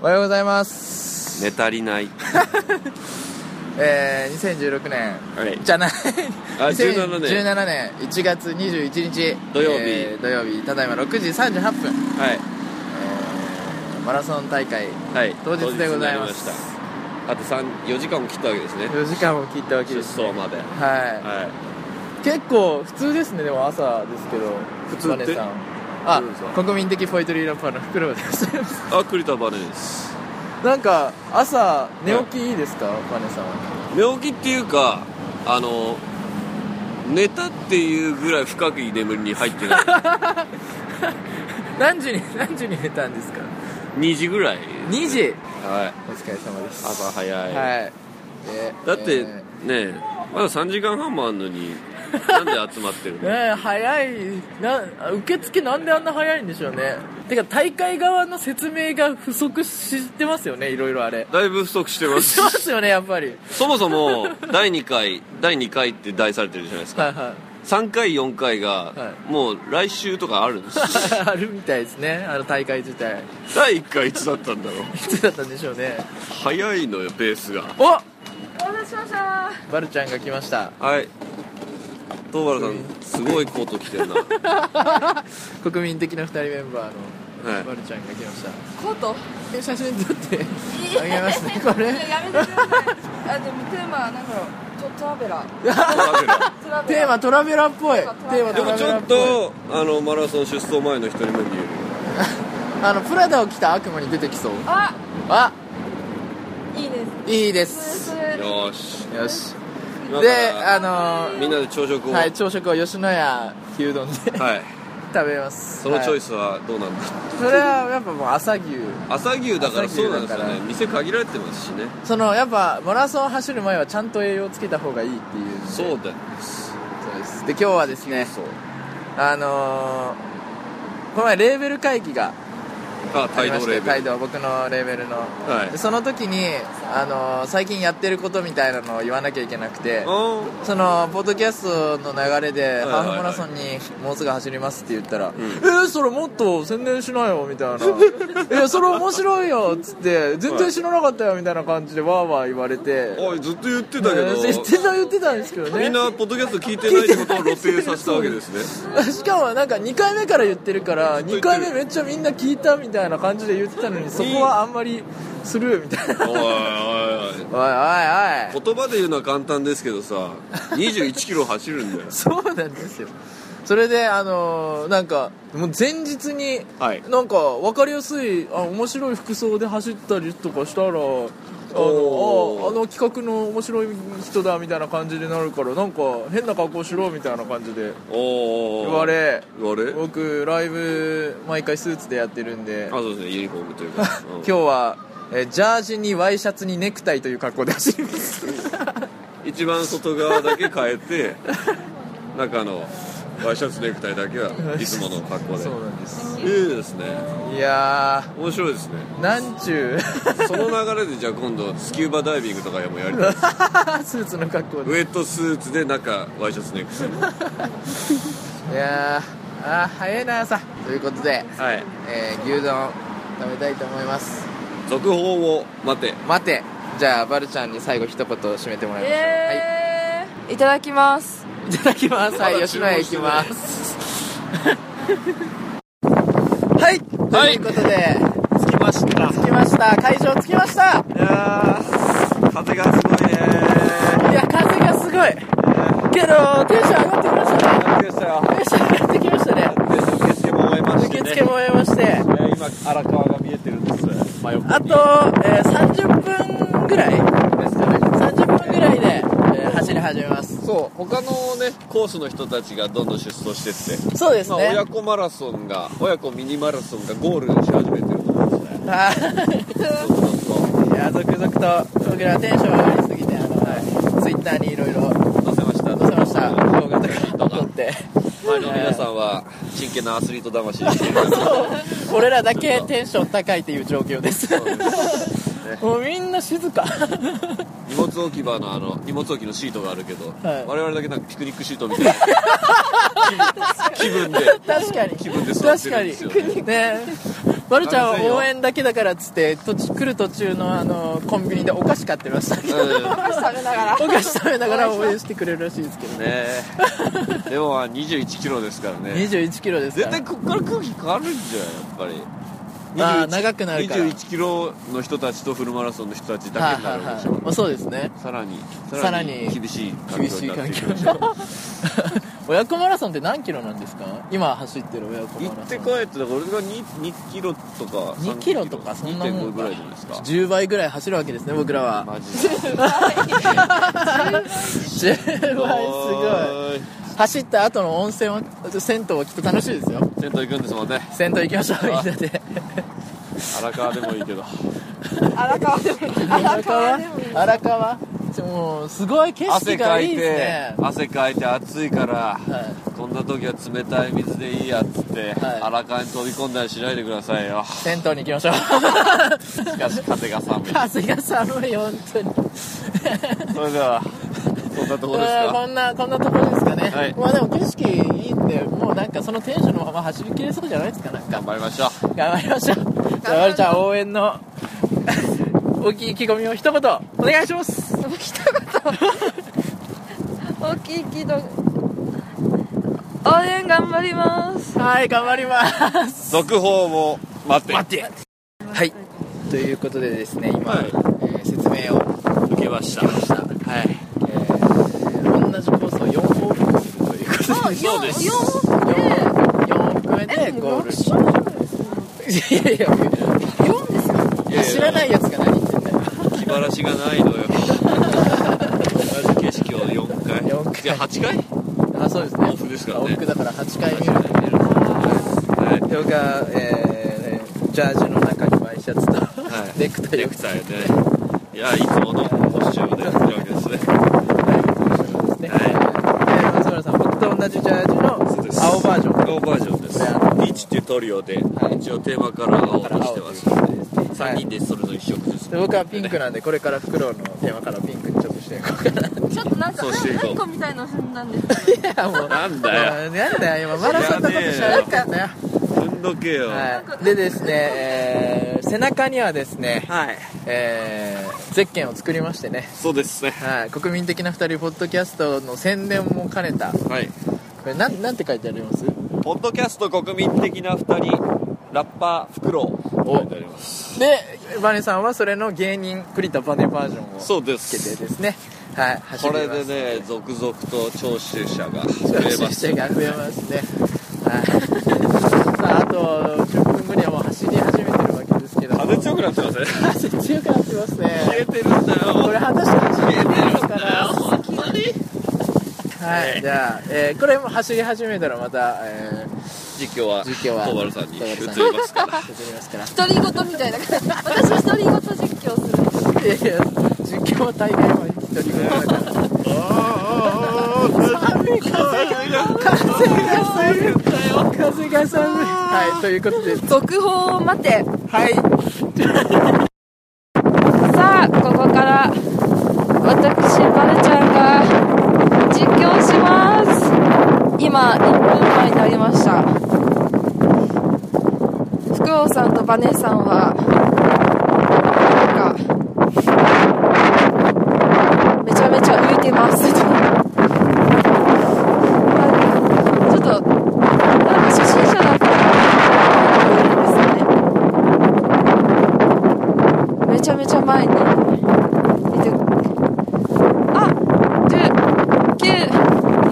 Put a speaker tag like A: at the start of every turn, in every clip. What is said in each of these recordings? A: おはようございます
B: 寝足りない
A: えー、2016年
B: はい
A: じゃない
B: あ17年
A: 2017年1月21日
B: 土曜日
A: えー土曜日ただいま6時38分、
B: はい
A: えーマラソン大会
B: はい
A: 当日でございます
B: 当日になりましたあと3 4時間も切ったわけですね
A: 4時間も切ったわけ
B: 出
A: です、
B: 走まで
A: は
B: はい
A: い、結構普通ですねでも朝ですけど
B: 普通って
A: マネさんあ
B: どうですか
A: 国民的ポエトリーラッパーの袋です
B: あ栗田バネです
A: なんか朝寝起きいいですか、マネさんは
B: 寝起きっていうかあの寝たっていうぐらい深く居眠りに入ってない
A: 何時に何時に寝たんですか
B: 2時ぐらい
A: 2時
B: はい
A: お疲れ様です
B: 朝早い、
A: はいで
B: だって、
A: え
B: ねまだ3時間半もあんの になんで集まってる
A: ー
B: の
A: ねえ早いな受付なんであんな早いんでしょうねてか大会側の説明が不足してますよねいろいろあれ
B: だいぶ不足してま
A: し
B: す
A: てますよねやっぱり
B: そもそも第2回第2回って題されてるじゃないですか
A: はいは
B: 3回4回が、
A: は
B: もう来週 とかあるんです
A: いあるみたいですねあの大会自体
B: 第1回いつだったんだろう
A: いつだったんでしょうね
B: 早いのよペースが
A: お
C: お待たせしました。
A: バルちゃんが来ま した
B: はい東原さんすごいコート着 てるなはい
A: 国民的な2人メンバーのバルちゃんが来ました、
C: コート。
A: え写真撮ってあげますねこれ
C: やめてください。あ、でもテーマはなんだろう。トトラベラ。トラベ
A: テー
C: ラ。
A: マトラベラーっぽいテーマ
B: で
A: ト
B: も
A: ラベ
B: ちょ
A: ラー
B: っ
A: っぽい
B: とあのマラソン出走前の一人目に言る
A: あのプラダを着た悪魔に出てきそう
C: あ、
A: あ
C: いいで。
A: いいですす
C: それそれ
B: よーし
A: よし
B: 今か
A: で
B: ら
A: あの
B: みんなで朝食を
A: はい、朝食を吉野家牛丼で
B: はい
A: 食べます
B: そのチョイ
A: ス、
B: スはどうなんだ、
A: はいそれはやっぱもう朝牛
B: 朝牛だか
A: 朝
B: ら
A: 牛
B: そうなんですよ
A: だか
B: ね
A: ら
B: 店限られてますしね
A: そのやっぱマラソン走る前はちゃんと栄養つけた方がいいっていう
B: そうだよ
A: そうですで今日はですね
B: そう
A: あのー、この前レーベル会議が
B: あ
A: あ
B: 帯
A: りま
B: 同
A: し
B: レ
A: て
B: ベ
A: 態
B: ル
A: 度僕のレーベルの
B: はい
A: でその時に、あのー最近やってることみたいなのを言わなきゃいけなくて
B: あ
A: そのポッドキャストの流れで
B: はい
A: ハーフマラソンにもうすぐ走りますって言ったら「
B: ん
A: えー、それもっと宣伝しなよ」み たいな「えそれ面白いよ」っつって「全然知らなかったよ」みたいな感じでわーわー言われて
B: ーおいずっと言ってたけ ど
A: 言ってた言ってたんですけど
B: み
A: ね
B: んなポッドキャスト聞いてないってことを露呈させたわけですね
A: しかもなんか2回目から言ってるから
B: ずっ
A: 2
B: と言っ
A: 回
B: てる
A: 目めっちゃみんな聞いたみたいな感じで言ってたのにそこはあんまりスルーみたいな
B: おいおい
A: お
B: おい
A: いおいおい
B: 言葉で言うのは簡単ですけどさ2 1キロ走るんだよ
A: そうなんですよそれであのーなんかもう前日に、
B: はい
A: なんか分かりやすいあ面白い服装で走ったりとかしたらあの
B: おー
A: ああの企画の面白い人だみたいな感じになるからなんか変な格好しろみたいな感じで
B: おお
A: 言われ
B: 言われあ
A: 僕ライブ毎回スーツでやってるんで
B: そうですねユニフォームというか、うん
A: 今日はえージャージにワイシャツにネクタイという格好で走ります
B: 一番外側だけ変えて中のワイシャツネクタイだけはいつもの格好で
A: そうなんです
B: いいですね
A: いや
B: 面白いですね
A: ーなんちゅう
B: その流れでじゃあ今度スキューバダイビングとかもや りたいです
A: スーツの格好で
B: ウエットスーツで中ワイシャツネクタ
A: いやーあー早いな朝ということで、
B: イはい
A: えー牛丼食べたいと思います
B: 続報を待て
A: 待てじゃあバルちゃんに最後一言締めてもらいましょう、は
C: えーいただきます。
A: い、いただきますはい
B: まだ
A: 吉野家行きますはいと
B: はいいう
A: ことで
B: 着きました
A: 着きました会場着きました
B: いやー風がすごいね
A: いや風がすごいけどテンション上がってきましたね
B: ーびっくりしたよ
A: テンション上がってきましたね
B: で受付も終えまして
A: 受
B: ね
A: 付も終えまして
B: えー今荒川が見えてるんです真横に
A: あと、えー、30分ぐらいですかね30分ぐらいで、えー走り始めます
B: そう他のねコースの人たちがどんどん出走してって、
A: そうです
B: まあ、
A: ね
B: 親子マラソンが親子ミニマラソンがゴールし始めてると思うんですね
A: あ
B: そうそうそ
A: ーいや続々と僕らテンション上がりすぎてあの、ツイッターにいろいろ
B: う載せました
A: 載せました動画と
B: と
A: か撮
B: か
A: って
B: 前の皆さんは真剣なアスリート魂っていう
A: そう俺らだけテンション高いっていう状況です
B: そうです
A: もうみんな静か
B: 荷物置き場のあの荷物置きのシートがあるけど、
A: はい
B: 我々だけなんかピクニックシートみたいな 気分で
A: 確かに
B: 気分で座っ
A: 確
B: て
A: か
B: るん
A: に
B: ですよ
A: ね
D: まるちゃん
B: なりませんよ
D: は応援だけだからっつって途中来る途中のあのコンビニでお菓子買ってましたけど
C: お菓子食べながら
D: お菓子食べながら応援してくれるらしいですけどね
B: ねえでもまあ21キロですからね
D: 2 1キロですか
B: 絶
D: ら
B: 対こっから空気変わるんじゃないやっ
D: ま
B: ぱ
D: あ
B: り
D: 長くなるから
B: 21キロの人たちとフルマラソンの人たちだけになるんでしょう、
D: はいはいはいまあそうですね
B: さらに
D: さらに
B: 厳しい環
D: 厳
B: 境
D: し
B: に
D: い
B: なっ
D: 環
B: てい
D: 境
B: くでしょう
D: 親子マラソンって何キロなんですか今走ってる親子マ
B: 行
D: ラソン
B: って帰ってだから俺が 2, 2キロとか
D: 2キロとかそんなも
B: 2.5
D: ん
B: ぐ
D: から
B: いじゃないですか
D: 10倍ぐらい走るわけですね僕らは
B: マジで
D: 10倍すごい
B: ごい
D: 走った後の温泉は銭湯はきっと楽しいですよ
B: 銭湯行くんですもんね
D: 銭湯行きましょうみんなで
B: 荒川でもいいけど
C: 荒川でも荒川でもいい
D: 荒川ちょもうすごい 景色
B: 汗
D: が
B: か
D: い
B: い
D: いです
B: て
D: ね
B: 汗かいて暑いから
D: は
B: こんな時は冷たい水でいいやっつって、
D: はい
B: 荒川に飛び込んだりしないでくださいよ
D: い銭湯に行きましょう
B: しかし風が寒い
D: 風が寒い本当に
B: それではそんなとこです
D: あー
B: か
D: こんなこんなところですかね、
B: はい
D: まあでも景色いいんでもうなんかそのテンションのまま走り切れそうじゃないですかなんか
B: 頑張りましょう
D: 頑張りましょうじゃあまるちゃん応援の大きい意気込みを一言お願いします
C: 大きい木の応援頑張ります
D: はい頑張ります
B: 続報も待って
D: てはいということでですね今、
B: はい
D: えー説明を
B: 受けました
D: 受けました
B: はい
D: えー同じコースを4往復するということで
B: そうです
C: よ
D: 4往復目でゴールしいやいや4ですよ
B: いや
D: 知らないやつが何言ってんだよ
B: 気晴らしがないのよ景色を4回
D: 四回
B: いや8回
D: あそうですね
B: 往復ですからね
D: 往復だから8回目
B: は
D: それからえージャージの中にワイシャ ツと、
B: はい
D: ネクタ
B: い
D: イ
B: ネ
D: を
B: クタイでいやいつものコスチュームでやってるわけですね
D: ですね、はい、松村さん僕と同じジャージ
B: そうです
D: の青バージョン
B: 青バージョンです
D: これあの
B: リーチっていうトリオで、
D: はい
B: 一応テーマから青としてます
D: 青ということでですね
B: 3人でそれぞれ1色ずつ
D: で僕はピンクなんでこれからフクロウのテーマからピンクにちょっとしていこうかない
C: ちょっとなんか
B: そうしていこう
C: 何個みたいの踏んだんですけ
D: やもう
B: なんだよ
D: よなんだよ今マラソンのことしゃべってんだよ、
B: 踏んどけよ
D: はい、でですね、えー背中にはですね、
B: はい
D: えーゼッケンを作りましてね
B: そうですね
D: はい、国民的な2人ポッドキャストの宣伝も兼ねたこ
B: はい
D: れなんなんて書いてあります
B: ポッドキャスト国民的な2人ラッパーフクロウ
D: お
B: 書いてあります
D: でバネさんはそれの芸人栗田バネバージョンを
B: そうで
D: つけて
B: す
D: ですねはい走
B: こ
D: ります
B: れでね続々と聴取者が増えま
D: 出
B: す
D: 世が増えますねはい さああと10分後にはもう走り始めてるわけですけども
B: 風強くなってません
D: 風強くなってますね
B: 消えてるんだ
D: こ
B: よ
D: れ果たして走り
B: 消えて
D: き
B: る
D: るの
B: ん
D: か
B: だよ
D: な
B: 本当に
D: はいじゃあ、えーこれも走り始めたらまた、え
B: 実況は
D: ー、実況は
B: 小原さんに移
D: 小原
B: り
D: さん
B: ますから
D: 移りますから
C: ど独り言みたいな感じ私独り言実況する
D: いやいや実況は大概は一人ぐらいだから 寒い風が風が寒い風が寒いはいということで
C: 続報を待て
D: はい
C: さあここから私まるちゃんが実況します今1分前になりました福王さんとバネさんはなんかめちゃめちゃ浮いてます なんかちょっとなんか初心者だったら浮いてますよねめちゃめちゃ前に見てあ十九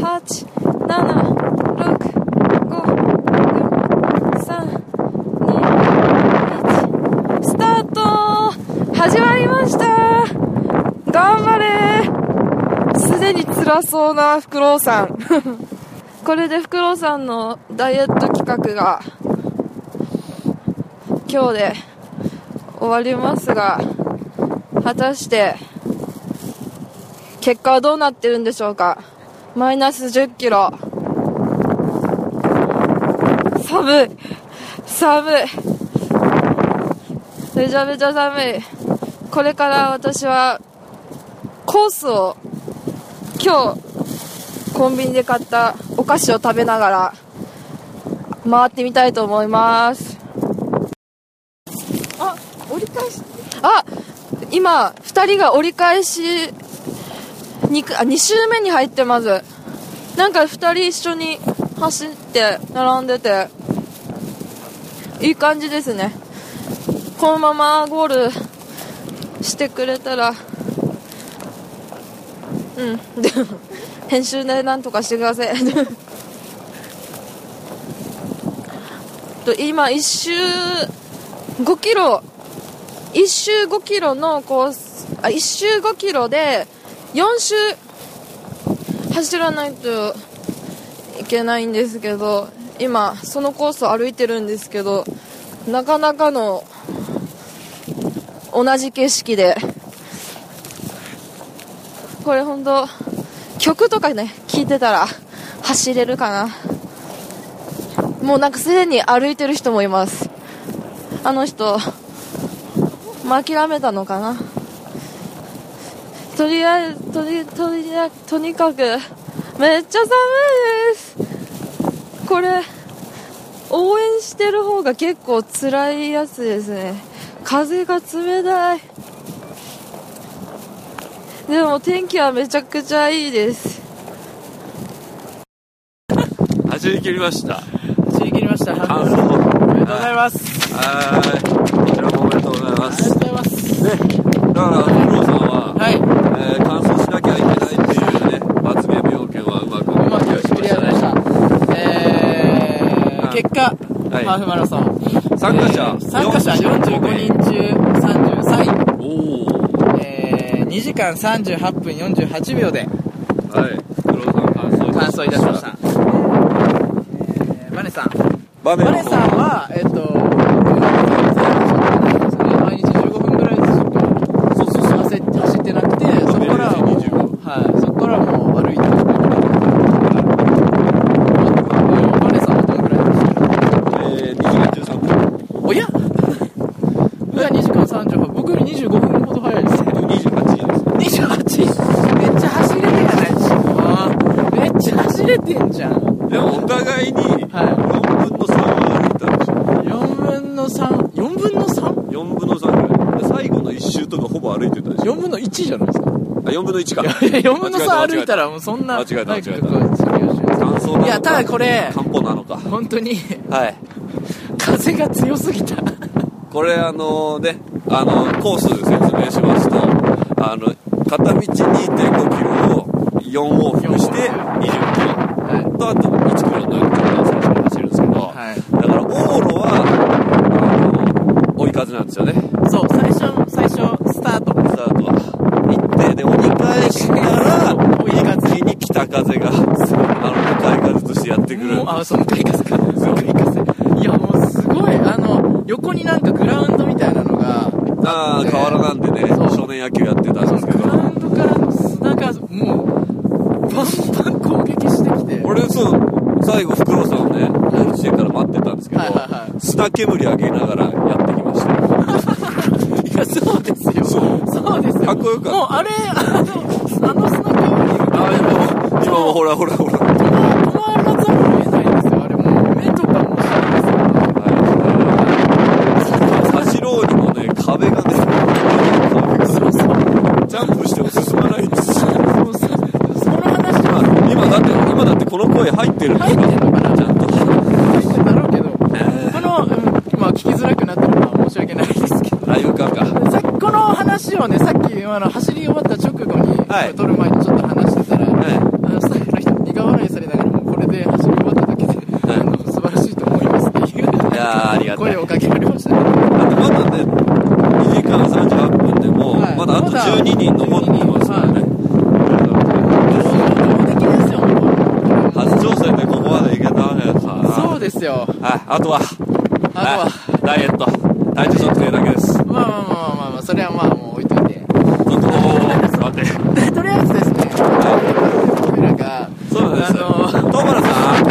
C: 八七六五四三二一スタート始まりました頑張れすでに辛そうなフクロウさんこれでフクロウさんのダイエット企画が今日で終わりますが果たして結果はどうなってるんでしょうかマイナス1 0キロ寒い寒いめちゃめちゃ寒いこれから私はコースを今日コンビニで買ったお菓子を食べながら回ってみたいと思いますあ今、2人が折り返し2く、あ2周目に入ってます。なんか2人一緒に走って、並んでて、いい感じですね。このままゴールしてくれたら、うん、で も編集でなんとかしてください。 と今一周5キロ一周5キロのコースあ一周5キロで4周走らないといけないんですけど今そのコースを歩いてるんですけどなかなかの同じ景色でこれ本当曲とかね聞いてたら走れるかなもうなんかすでに歩いてる人もいますあの人もう諦めたのかなとりあえずとりとりあとにかくめっちゃ寒いですこれ応援してる方が結構辛いやつですね風が冷たいでも天気はめちゃくちゃいいです
B: 走り切りました
D: 走り切りました。
B: 感
D: あ
B: 想
D: りがとうございます。
B: はいこちらもおめでとうございま
D: あり
B: す
D: がとうございます。
B: だからフローさんは、
D: はい。
B: えー、完走しなきゃいけないっていうね罰ゲーム要件はうまく
D: うまくクリアでし
B: ね
D: た。え
B: は
D: ー、
B: い
D: 結果、
B: はい
D: ハーフマラソン。
B: 参加者
D: えー参加者45
B: 45
D: 人中33
B: お
D: 位。
B: お
D: えー、2時間38分48秒で
B: はいフローさん完走
D: 完走いたしました。えー、マネさん。
B: バネ
D: マネさんは、えっ、と、毎日15分ぐらいずつ
B: そうそうそう
D: 走って走ってなくて、そこからはもう、はい、そこからはもう歩いてマネさんはどのぐらい走っ
B: え
D: てる
B: ー、2時間13分
D: おやうわ、2時間38分。僕より25分ほど早いですね。
B: 僕28時です
D: 28! めっちゃ走れてるやないですか。めっちゃ走れてんじゃん。
B: でもお互いに4分の3は歩いたんでしょ
D: 4分の3、4分の 3?4
B: 4分の3ぐらいで最後の1周とかほぼ歩いてたでしょ
D: 分の1じゃないですか。
B: あ4分の1か
D: 4分の3歩いたらもうそんな。
B: 間違えた間違えた
D: なんかこう
B: 乾燥なのか
D: いや、ただこれ、
B: 漢方なのか
D: 本当に
B: はい
D: 風が強すぎた。
B: これあのねあのコース説明しますとあの片道2 5キロを4往復して2 0キロとあと1キロの距離を最初に走るんですけど、
D: はい
B: だから往路はあの追い風なんですよね
D: そう、最初、最初、スタート。
B: スタートは行ってで折り返したら
D: 追い風
B: 一気に北風があの向かい風としてやってくる
D: もうあその向かい風かその向かい風いやもうすごいあの横になんかグラウンドみたいなのが
B: ああ
D: ね
B: 河原なんでね
D: そう
B: 少年野球やってたん
D: そ
B: で
D: の
B: すけ
D: グ
B: ど
D: ラウンドからの砂がもうバンバン攻撃してきて
B: 俺そう最後フクロウさんをね幼稚園から待ってたんですけど、
D: はいはいは
B: 砂煙上げながらやってきました
D: いやそうですよ
B: そう
D: ですよ
B: かっこよかった
D: もうあれあのあの砂
B: あ
D: 煙
B: れも今もほらほらほら、はい
D: もう止まらざるを得ないですよあれもう目とかもしゃです
B: 走
D: よ
B: ろうにもね壁がね
D: そうそう
B: ジャンプしても進まないんですよ
D: そうそうその話
B: まあ
D: は
B: 今だって今だってこの声入ってるんですか
D: 入ってんのかな
B: ちゃんと
D: 入ってんだろうけどこの、うん、今聞きづらくなってるのは申し訳ないですけど
B: ライブ感が
D: さっきこの話をねさっきあの走り終わった直後に、
B: はい
D: 撮る前にちょっと話してたら、
B: い
D: あのスタッフの人に苦笑いされながらもうこれで走り終わっただけで、
B: はい
D: あの素晴らしいと思いますっていう
B: いやーありがたい
D: 声をかけられましたね
B: だってまだね2時間38分でも、
D: はい
B: まだあと12人残ってますからね、初
D: 衝撃ですよ本
B: 挑戦でここまでいけたわけですから
D: 当そうですよ
B: はい、あとは、
D: あ
B: とは、ダイエット、体重測定だけです。ちょっ
D: とはまあまあまあまあまあそれはまあもう置いといて
B: と、おー、待って。
D: で とりあえずですね僕らが
B: そうなんです。
D: あの
B: トーバラさん、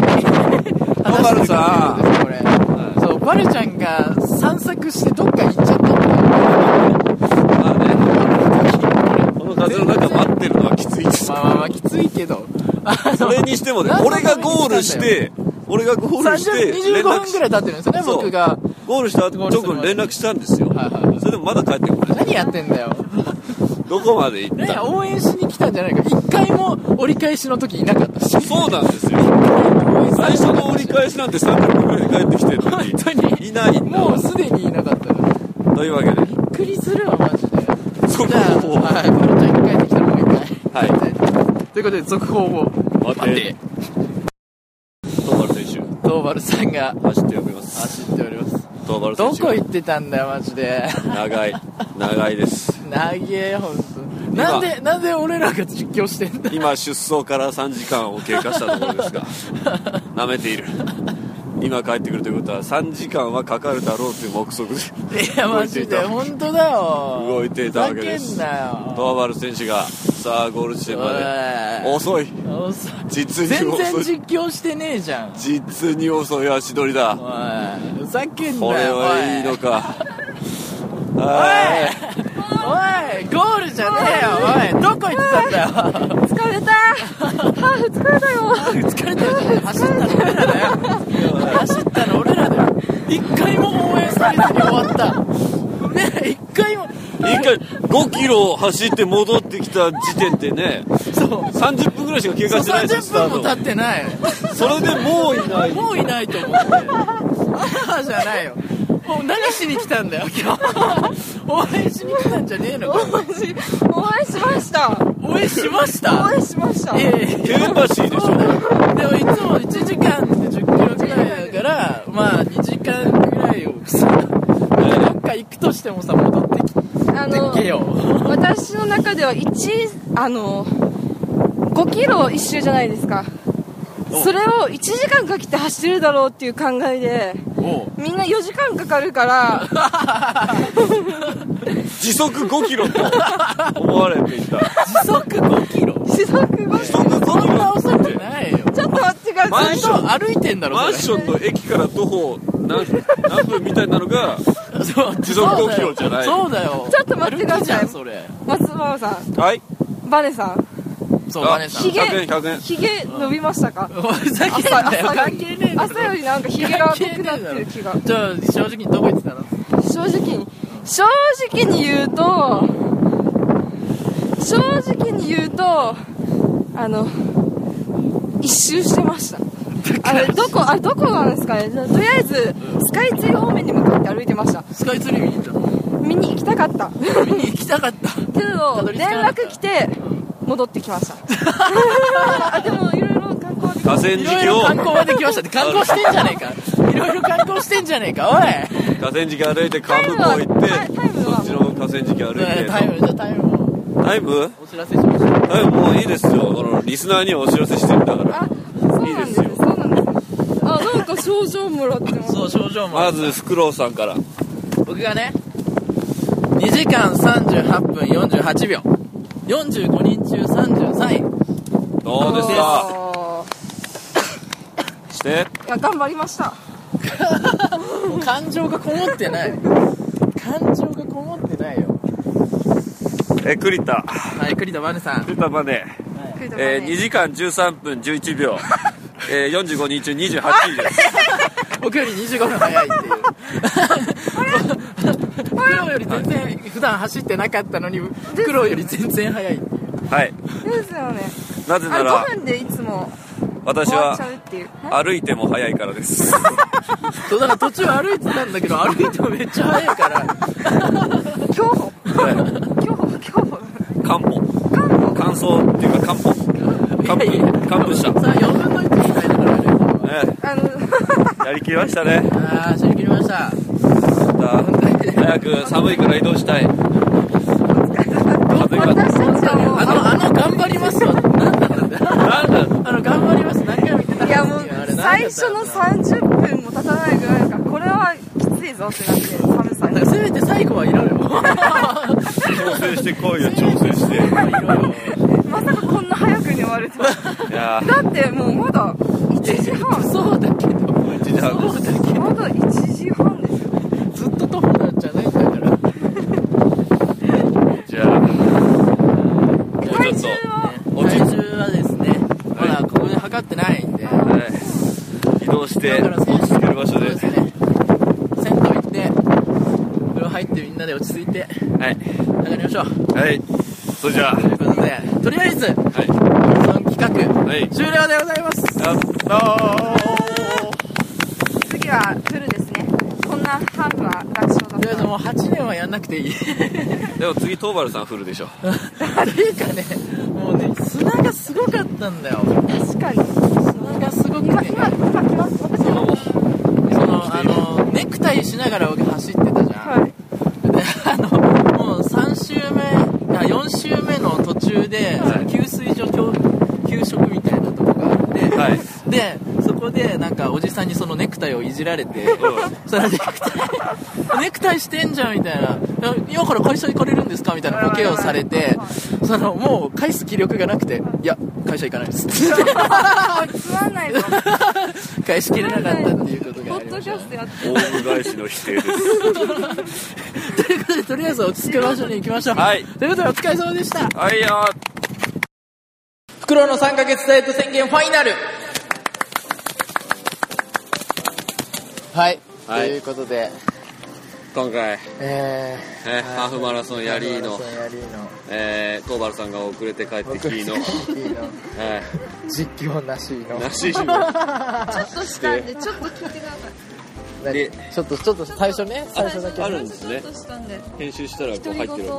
D: 話してる
B: さん
D: これそうバルちゃんが散策してどっか行っちゃったん
B: まあね、
D: だよ
B: この風の中待ってるのはきついです。
D: まあまあまあきついけどあ
B: それにしてもね
D: なん、で
B: 俺がゴールして、俺がゴールして、
D: 30 25分ぐらい経ってるんですよね
B: そう
D: 僕が
B: ゴールした直後に連絡したんですよ
D: はいはいはい
B: それでもまだ帰ってこない
D: 何やってんだよ
B: どこまで行っ
D: 何や
B: た
D: 応援しに来たんじゃないか一回も折り返しの時いなかったし
B: そうなんですよ
D: 応援さ
B: 最
D: れて
B: 初の折り返しなんて3分ぐらいで帰ってきてるのに
D: 本当に
B: いないんだ
D: もうすでにいなかったからびっ
B: というわけで
D: くりするわマジで
B: そ
D: じゃあ
B: こを
D: はいこれじゃあ一回できたらもう一回
B: は
D: ということで続報を
B: 待てトーバル選手
D: ドーバルさんが
B: 走って呼びます
D: 走っております
B: トーバル
D: ど
B: 選手
D: こ行ってたんだよマジで
B: 長い長いです
D: 長えほんとなんでなんで俺らが実況してんだ
B: 今出走から3時間を経過したところです がなめている今帰ってくるということは3時間はかかるだろうという目測で
D: いやマジで 本当だよ
B: 動いていたわけで
D: ふ
B: す
D: ざけんなよ
B: トーバル選手がさあゴール地点まで
D: おい
B: 遅い
D: 遅い
B: 実に
D: 全然
B: 遅い
D: 実況してねえじゃん
B: 実に遅い足取りだ
D: おいふざけん
B: こ
D: な
B: れ
D: よ
B: はいいのかは
D: おいおいゴールじゃねえよおいどこ行ってたんだよ
C: 疲れたハーフ疲れたよ
D: 疲れてるじゃん走ったの俺らだよ走ったの俺らだよ一回も応援されずに終わったね一回も
B: い一回5キロ走って戻ってきた時点でね
D: そう
B: 30分ぐらいしか経過してないです
D: 30分
B: ス
D: も
B: ター
D: 経ってない
B: トそれでもういない
D: もういないと思う母じゃないよもう何しに来たんだよ今日応援しに来たんじゃねえのか
C: 応援しました
D: 応援しました
C: 応援しました
D: いやいやい
B: テ
D: や
B: レパシーでし
D: そ
B: ょ
D: うだよでもいつも1時間で1 0キロぐらいだからまあ2時間ぐらいをさどっか行くとしてもさ戻ってきて
C: あの
D: けよ
C: 私の中では1あの5キロ一周じゃないですかそれを1時間かけて走るだろうっていう考えで
D: おう
C: みんな4時間かかるから
B: 時速5キロと思われていた
D: 時速5キロ
C: 時速5
B: 時速
D: そんな遅
B: 5キ
D: く
B: ロって
D: ないよ
C: ちょっと待ってくだ
B: マ
C: さ
B: ン
C: い
B: ション
D: 歩いてんだろ
B: マン
D: そ
B: ションの駅から徒歩何何分みたいなのが
D: れそう
B: 時速5キロじゃない
D: そうだよ
C: ちょっと待ってください
D: 歩きじゃんそれ
C: 松原さ
B: はい
C: んバネさん
D: そう
B: あ
D: マネさん
C: ひげ
B: 100円100円
C: ひげ伸びましたか
D: おいふざけん
C: 朝
D: なよ
C: 朝よ
D: 関係ねえ
C: り
D: だろ
C: 朝よりなんかひげが濃くなってる気が
D: じゃあ正直にどこ行ってたの
C: 正直に正直に言うと正直に言うとあの一周してましたあれどこあれどこなんですかねとりあえずスカイツリー方面に向かって歩いてました
D: スカイツリー見に行ったの
C: 見に行きたかった
D: 見に行きたか った
C: けど
D: どり着
C: 連
D: かなかった
C: 絡来て戻ってきましたあでもいろいろ観光で
B: 河川
D: いろい
B: 敷
D: ろ
B: を
D: 観光まで来ま したって観光してんじゃねえかいろいろ観光してんじゃねえかお い
B: 河川敷歩いて川向こう行って
C: タイムはタイム
B: そ
C: は
B: っちの河川敷歩いて
D: タイムじゃあタイムを
B: タイム
D: お知らせしましょう
B: タイムもういいですよこのリスナーにはお知らせしてるんだから
C: あそうなんです
B: いいですよ
C: そうなんですあなんか賞状もらってます
D: そう症状も
B: まずフクロウさんから
D: 僕がね2時間38分48秒45人中33位
B: どうですか
C: あ
B: して
C: ーいや頑張りました
D: もう感情がこもって ない感情がこもってないよ
B: え栗田
D: はい栗田バネさん
B: 栗田まで、えー、2時間13分11秒えー、45人中28位です
D: 僕より25分早い っていう黒より全然普段走ってなかったのに黒より全然早いっていう
B: はい
C: ですよね
B: なぜ
C: あ
B: な
C: れ
B: ら
C: 5分でいつも
B: 私
C: 終わっ
B: は
C: ちゃうっていう
B: 歩いても早いからです
D: そうだから途中歩いてたんだけど歩いてもめっちゃ速いから
C: 競歩競歩競歩
B: 漢方乾燥っていうか漢方漢
D: いやいや
B: 方漢方した
D: さあ4分の1ぐらいだからね
B: ね
C: あの
B: やりきりましたね
D: ああ走り切りました
B: また早く寒いから移動したい風が
C: 私たち
D: あ
C: は
D: のあの頑張りますよなんだったんだよ
B: なんだ
D: あの頑張ります何回も言っ
C: も
D: てた
C: ういやもう
D: あれ何だったん
C: 最
D: だ
C: 初の30分も経たないぐらいだからこれはきついぞってなって寒さ
D: だか
C: に
D: らせめて最後はいろ よ
B: 調整してこいよ調整して
C: まさかこんな早くに終わるとは
B: いや
C: だってもうまだ1時半
D: そうだけど
B: 1時半
D: そうだけど
C: まだ1時半ですよ
D: ずっと徒歩なんじゃないんだから
B: じゃあもうちょっ
C: 体重は
B: 落ち
D: 体重はですねまだここで測ってないんで
B: と、はい、移動して
D: だから選手
B: つける場所
D: そう
B: で
D: ですね銭湯行っなで落ち着いて
B: はい。
D: 上がりましょう
B: はい。それじゃあ、
D: ということでとりあえず
B: はい。
D: その企画
B: はい。
D: 終了でございます
B: やったー
C: 次はフルですねこんなハーフは楽勝だ
D: とりあえず
C: っ
D: もう8年はやんなくていい
B: でも次、トーバルさんフルでしょ。
D: っていうかねもうね砂がすごかったんだよ
C: た確かに
D: 砂がすごく
C: 今
D: て
C: 今
D: ね
C: 今来ます私
D: そ
C: も
D: のそのあのネクタイしながら僕走ってたじゃん、
C: はい
D: で あのもう3周目あ4周目の途中で、
B: はい
D: 給水所教給食みたいなとこがあって、
B: はい。
D: でそこでなんかおじさんにそのネクタイをいじら れて
B: う
D: それでネクタイネクタイしてんじゃんみたいな今から会社行かれるんですかみたいなボケをされてそのもう返す気力がなくていや会社行かないです って
C: あつまんないぞ
D: 返しきれなかったっていうこと
C: ポ
D: があ
C: ッド
D: りまし
C: キャス
D: たね
C: トやって
B: オウム返しの否定です。
D: ということでとりあえず落ち着く場所に行きましょう、
B: はい
D: ということでお疲れ様でした
B: はいよ
D: フクロウの3ヶ月ダイエット宣言ファイナルはい、
B: はい
D: ということで
B: 今回、
D: えー
B: えハーフマラソンやりの
D: ハーフマラソンやりの
B: えー、トーバルさんが遅れて帰ってきーの、
D: 僕いいの
B: え
D: 実況なしの
B: ー、なし の。
C: ちょっとしたんでちょっと聞いてください
D: 何ちょっとちょっと最初ね最初だけ
B: あるんですね
C: ちょっとしたんで
B: 編集したらこう入ってるんだ。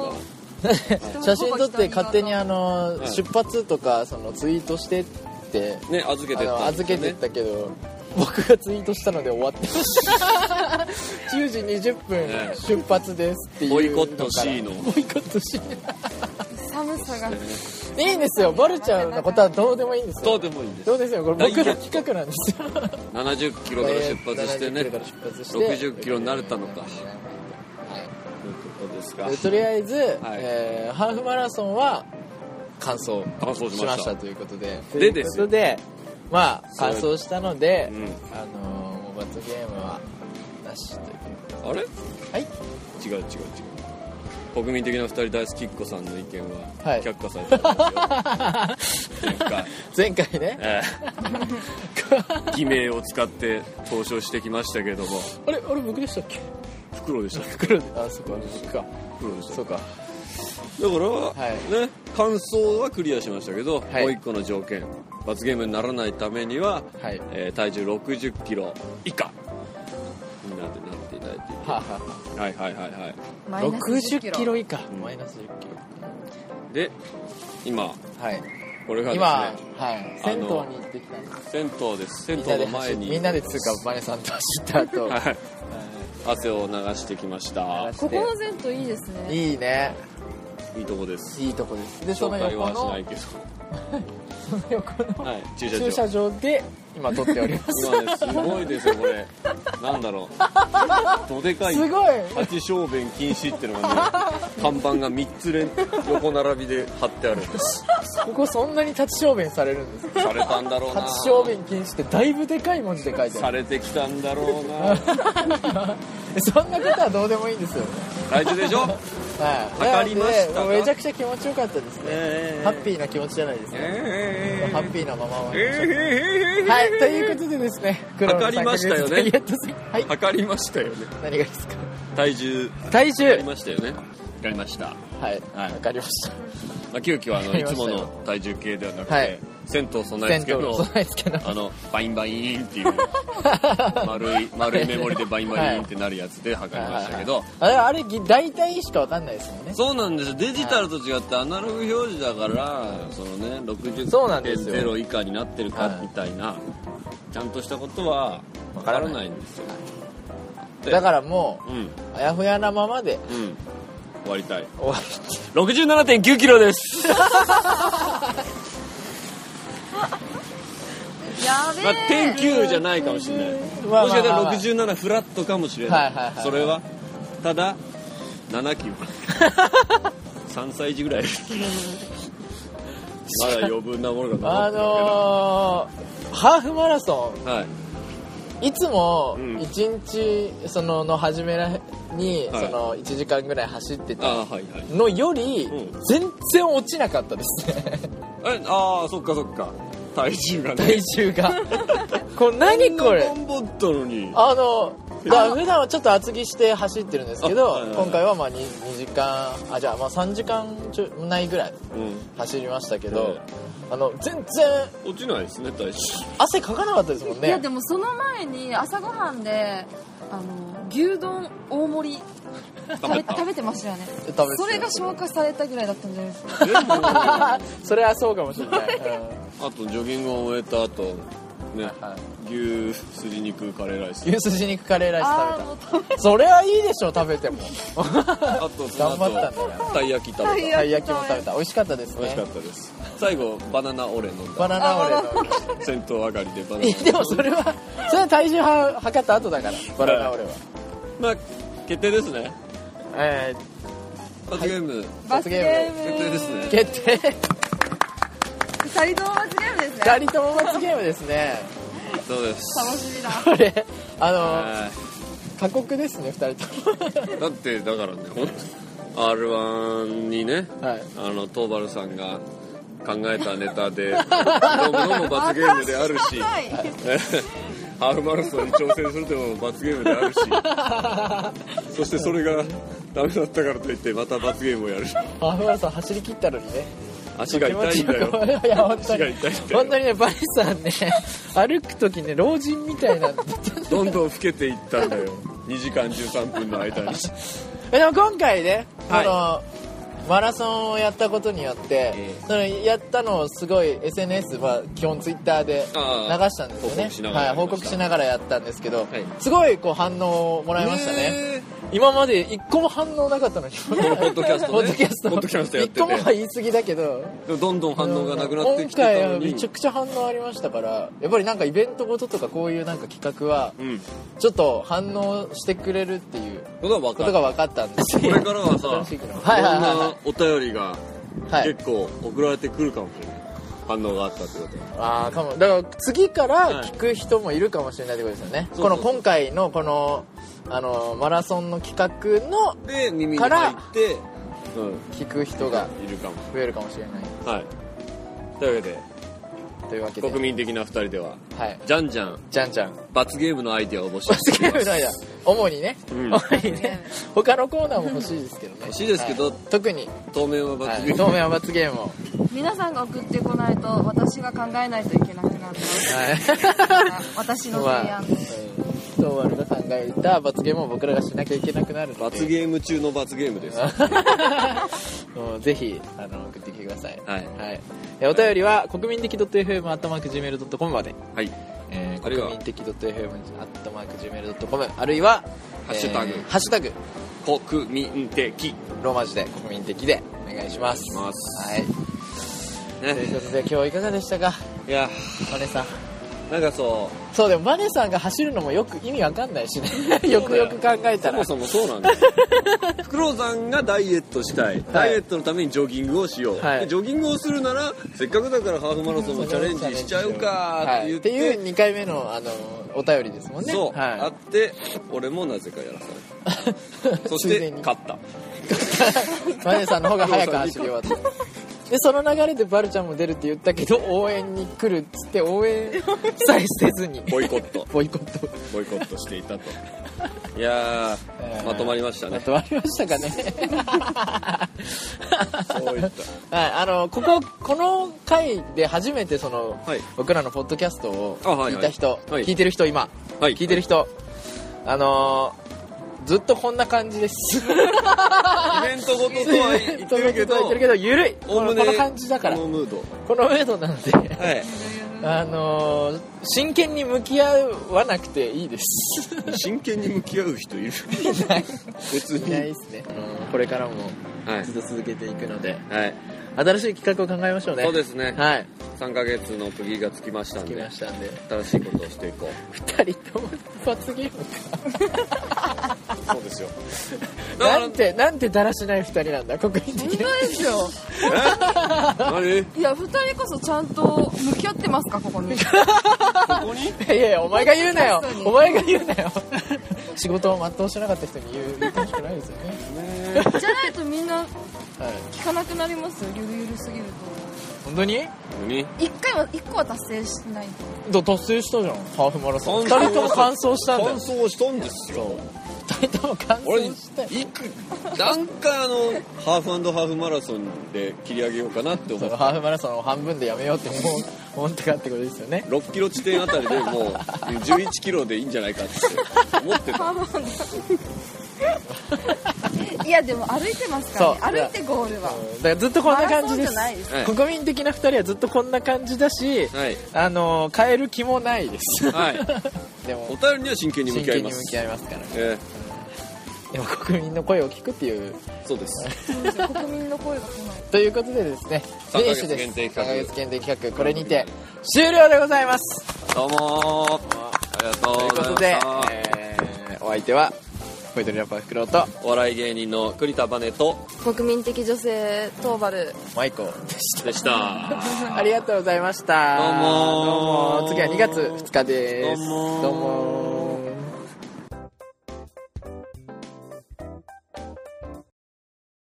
D: 写真撮って勝手にあの、
B: はい
D: 出発とかそのツイートしてって
B: ね、預け
D: あ
B: てった
D: の
B: んです
D: 預
B: よ
D: け
B: ね
D: てったけど、僕がツイートしたので終わってました10時20分、
B: ええ
D: 出発ですっていう
B: ボイコット C の
D: ボイコット C
C: 寒さが
D: いいんですよバルちゃんのことはどうでもいいんです
B: ど
D: よ
B: うでもいいんです
D: どうですよこれ僕の企画なんですよ
B: 70キロから 出発してね
D: 70キロから 出発して
B: 60キロになれたのかどうですか
D: でとりあえず、えーハーフマラソンは完走
B: 完走し
D: し
B: ま
D: ま
B: し
D: したたということで
B: で
D: とい
B: で
D: うこ
B: すよ
D: とでまあ完走したので、
B: うん
D: あのー、罰ゲームはなしと いうことで
B: あれ
D: はい
B: 違う違う違う国民的な二人大好きっ子さんの意見
D: は
B: はい却下されたん ですよ、なんか
D: 前回ね
B: ええ偽名を使って投書してきましたけども
D: あれあれ僕でしたっけ
B: 袋でした
D: 黒であそこ僕か
B: 袋でした
D: そう
B: だか、
D: からい
B: ね感想はクリアしましたけど、
D: はい
B: もう一個の条件罰ゲームにならないためには、
D: はい
B: えー体重6 0キロ以下になってなっていただいて
D: はあ、はあ
B: はいはいはいはい
D: は
C: マ
D: あ、
C: イナス
D: 60キロ以下、
B: ん
D: マイナス10キロ
B: で今
D: はい
B: これがで
D: 今、
B: すね
D: はい
B: あ
D: 銭湯
B: の
D: に行ってきたんです
B: 銭湯です銭
D: みんな
B: 湯
D: で
B: の
D: 走
B: 前
D: っ
B: に
D: みんなでつうかマネさんと走った後、 は
B: はい汗を流してきました
D: い
C: ここの前途いいですね
D: いいね
B: いいとこです
D: いいとこですでそ
B: 紹
D: の
B: 介
D: 横
B: はしな
D: の
B: いけど
D: その横の
B: はい駐車場
D: 駐車場で今撮っており ます
B: 今ねすごいですよこれなんだろうどでかい
D: すごい
B: 八小便禁止ってのがね看板が3つ連横並びで貼ってあるんです
D: ここそんなに立ち小便されるんです
B: されたんだろうな
D: 立ち小便禁止ってだいぶでかい文字で書いてあ
B: さ
D: る
B: れてきたんだろうな
D: そんなことはどうでもいいんですよ
B: 大丈夫でしょ
D: はい
B: 測りましたか
D: なのでめちゃくちゃ気持ちよかったですね、
B: ええ
D: ハッピーな気持ちじゃないですか、
B: え
D: ハッピーなまま終わりましょう
B: え
D: はい、ということでですね、黒の
B: 測りましたよね
D: 三角形ダイエット線はい、
B: 測りましたよね
D: 何がですか
B: 体重
D: 体重
B: ありましたよね測りました
D: はい、
B: は
D: わ
B: い
D: かりました。
B: まあ、急遽あの
D: わか
B: い
D: りま
B: つ
D: した
B: も
D: よ
B: の体重計ではなくて、
D: はい
B: 銭湯備え
D: 銭
B: 付
D: 湯
B: け
D: の
B: の
D: 備え付けの。
B: あのバインバインって いう丸い丸いメモリでバインバインってなるやつで測りましたけど、
D: あれ、あれ、ぎ大体しかわかんないですもんね。
B: そうなんですデジタルと違ってアナログ表示だからそのね
D: そうなんですよ
B: 60.0以下になってるか
D: はい
B: みたいなちゃんとしたことはわ
D: わ
B: か
D: から
B: ら
D: ない
B: ないんですよで
D: だからも
B: うんうん
D: う、あやふやなままで
B: 終わりたい
D: 終わ
B: 67.9キロです
C: やべ
B: まあ
C: え
B: 点9じゃないかもしれない
D: り。まあ
B: もしかした
D: ま
B: ら
D: あまあ
B: 67フラットかもしれな
D: はいはい
B: い
D: はい
B: それはただ7キロ 3歳児ぐらいまだ余分なものが
D: あのー、ハーフマラソ
B: 残ってるけどはい
D: ン、いつも
B: うん
D: 1日、その、の初めらに、
B: はい
D: その、1時間ぐらい走って
B: あ
D: た
B: ーはいはい
D: のより
B: う、
D: 全然落ちなかったですね。
B: えああそっかそっか体重がね
D: 体重が。これ、何これ
B: こんなもんぼったのに
D: あの、だから普段はちょっと厚着して走ってるんですけど、
B: あはいはいはい
D: 今回はまあ 2, 2時間あじゃあまあ3時間ちょないぐらい
B: うん
D: 走りましたけど、
B: え
D: あの全然
B: 落ちないですね 大志
D: 汗かかなかったですもん
A: いや
D: ね
A: でもその前に朝ごはんであの牛丼大盛り食べ食べてましたよね
D: 食べて
A: それが消化されたぐらいだったんじゃないですか
B: でもあ
D: それはそうかもしれない、うん
B: とジョギングを終えた後ね
D: は
B: 牛すじ肉カレーライス
D: 牛すじ肉カレーライ
A: ああ
D: ス
A: も
D: 食
A: う食
D: べたそれはいいでしょ食べても
B: あとその
D: 頑張ったんだ
B: 後たい焼き食べ
A: た
D: たい焼きも食べた美味しかったです
B: た美味し
D: ね
B: かったです最後バナナオレ飲んだ
D: バナナオレの
B: 先頭上がりでバナナオレ
D: え でもそれはそれは体重は測った後だからバナナオレは、
B: まあ決定ですね
D: え
B: 罰ゲーム
A: べ
D: 罰
A: 罰
D: ゲ
A: ゲ
D: ー
A: ー
B: 決定ですね
D: ー、決定
A: ム二人とも罰ゲームですね
D: 2人とも罰ゲームですね
B: そうです
A: 楽しみだ
D: これあの、
B: は
D: 過酷ですね2人と
B: いだってだからねほん R1 にね
D: もはい
B: あのトーバルさんが考えたネタでどうもどうも罰ゲームである し
A: はい
B: えハーフマラソンに挑戦するでも罰ゲームであるしそしてそれがダメだったからといってまた罰ゲームをやるし
D: ハーフマラソン走り切ったのにね
B: 足が痛いんだ
D: 気持ち
B: よ
D: よくいや本当
B: 足が
D: に
B: 痛いんだ
D: 本当
B: よ
D: にねバリさんね歩く時ね老人みたいなんだった
B: どんどん老けていったんだよ2時 間13分の間に
D: えでも今回ね、
B: はい
D: そのマラソンをやったことによって、
B: ええ
D: そのやったのをすごい SNS、まあ、基本ツイッターで流
B: ああ
D: したんですよ
B: 報
D: ね
B: 告しながらやりまし
D: はい、
B: た
D: 報告しながらやったんですけど、
B: はい
D: すごいこう反応をもらいましたね、
B: え
D: 今まで一個も反応なかったのにこ
B: の ポッドキャストね
D: ポッドキャスト
B: ポッドキャストやってて
D: 一個もは言い過ぎだけど
B: ーでもどんどん反応がなくなってきて
D: 今
B: た
D: 回
B: の
D: はめ
B: に
D: ちゃくちゃ反応ありましたからやっぱりなんかイベントごととかこういうなんか企画は
B: うん
D: ちょっと反応してくれるっていう
B: ことが分
D: こ
B: か
D: と
B: る
D: が分かったんです
B: こ
D: よ
B: れからはさ
D: 新しい機能
B: いろ
D: はい
B: ん
D: はいはいはい
B: なお便りが
D: はい、
B: 結構送られてくるかもしれない反応があったってこと
D: ああかもだから次から聞く人もいるかもしれないってことですよね、
B: そうそう
D: この今回のこのあのマラソンの企画の
B: で耳に入って、
D: 聞く人が
B: うん、いるかも
D: 増えるかもしれない
B: はいというわけで
D: というわけで
B: 国民的な2人では
D: はい
B: じゃんじゃん
D: じゃんじゃん
B: 罰ゲームのアイデアを募集
D: 罰
B: し
D: ゲ
B: ていま
D: ーム
B: す
D: の間主にね、
B: うん
D: 主にね他のコーナーも欲しいですけどね
B: 欲しいですけど
D: は特に、
B: 当面は
D: は
B: 罰ゲー
D: い、
B: ム、
D: 当面は罰ゲームを、は
A: 皆さんが送ってこないと私が考えないといけなくなる私の提案
D: いトーマルが考えた罰ゲームを僕らがしなきゃいけなくなるので
B: 罰ゲーム中の罰ゲームです
D: もうぜひあの送ってきてください、
B: はい
D: はい、えお便りは国民的 .fm アットマーク Gmail.com まで、
B: はい
D: えー、
B: あるいは
D: 国民的 .fm アットマーク Gmail.com あるいは
B: ハッシュタグ
D: えーハッシュタグ
B: 国民的
D: ローマ字で国民的でお願いします
B: お願いします
D: はい、という
B: ね
D: ことで今日はいかがでしたか
B: いや
D: マネさん
B: なんかそ
D: そうでもマネさんが走るのもよく意味わかんないしねよくよく考え
B: う
D: た
B: そ
D: ら
B: もそもそうなん ですよフクロウさんがダイエットしたい、ダイエットのためにジョギングをしよう、
D: はい
B: でジョギングをするならせっかくだからハーフマラソンもチャレンジしちゃうか
D: は
B: って
D: い
B: 言
D: っ
B: って,、
D: ていう2回目のあのお便りですもんね
B: そう、あ
D: は
B: って俺もなぜかやらされ た
D: い、
B: そし
D: ついで
B: て
D: に
B: 勝った
D: マネさんの方が早く走り終わったでその流れでバルちゃんも出るって言っ たけど応援に来るっつって応援さえせ ずに
B: ボイコット
D: ボイコット
B: ボイコットしていたとい やーまとまりました
D: ま
B: ね
D: とまりましたかね
B: そういっ
D: はいあのこここの回で初めてその、
B: はい
D: 僕らのポッドキャストを
B: あはい
D: 聞いた人、
B: はい
D: 聞いてる人今、
B: たはい
D: 聞いてる人、あのーずっとこんな感じです。
B: イベントごととは言って るけど
D: 言ってるけど、ゆるい。
B: お
D: こ
B: おむ
D: の
B: ね
D: この感じだから。
B: この
D: こ
B: ムード
D: のウェイドなので。
B: はい
D: あのー真剣に向き合わなくていいです。
B: 真剣に向き合う人いる
D: ない
B: 別に
D: ないですね。あのーこれからも
B: はい
D: ずっと続けていくので、
B: はい
D: 新しい企画を考えましょうね。
B: そうですね
D: はい。
B: 3ヶ月の区切りがつきましたん
D: 来
B: で
D: ましたんで。
B: 新しいことをしていこう
D: 二人とも罰ゲームか。
B: そうですよだから
D: なんて、なんてだらしない二人なんだ、国民的な。
A: ですよ
B: 何
A: いや二人こそちゃんと向き合ってますかここに
B: ここに
D: いやいや、お前が言うなよ
A: 確か。に
D: お前が言うなよ。仕事を全うしなかった人に言う、言ってほしくないですよね。
A: じゃないとみんな
D: はい。
A: 聞かなくなりますよゆるゆるすぎると
D: 本当に
B: 何
A: 一回は一個は達成しない
D: だ達成したじゃんハーフマラソン
B: 完走は
D: 2人とも完走したんだよ
B: 完走したんですよ
D: 2人とも完
B: 俺
D: 走
B: い
D: したよ
B: くなんかあのハーフハーフマラソンで切り上げようかなって思
D: そうのハーフマラソンを半分でやめようって思う思ってかってことですよね
B: 6キロ地点あたりでもう11キロでいいんじゃないかって思ってた
A: いやでも歩いてますからね
D: そう
A: 歩いてゴールは
D: だからずっとこんな感じで
A: マラソンじゃないですす
B: はい
D: 国民的な2人はずっとこんな感じだし、
B: はい
D: あのー変える気もないです、
B: はい
D: で
B: お
D: も
B: 便りには真剣に向
D: 真
B: き合い
D: 剣
B: ま
D: に
B: す
D: 向き合いますから
B: え
D: でも国民の声を聞くっていう
B: えそうです
A: そう ですよ国民の声が来ない
D: ということでですね
B: 三ヶ月
D: レースです
B: 限定企画
D: 三ヶ月限定企画これにて終了でございます
B: どうもーありがと
D: というう
B: ご
D: こ
B: ざい
D: と
B: ました、
D: でえーお相手はポイトリラッパーフクロウと
B: お笑い芸人の栗田バネと
C: 国民的女性トーバル
D: マイコ
B: でした
D: ありがとうございました
B: どうもー
D: どうも次は2月2日です
B: どうもー
D: どうもー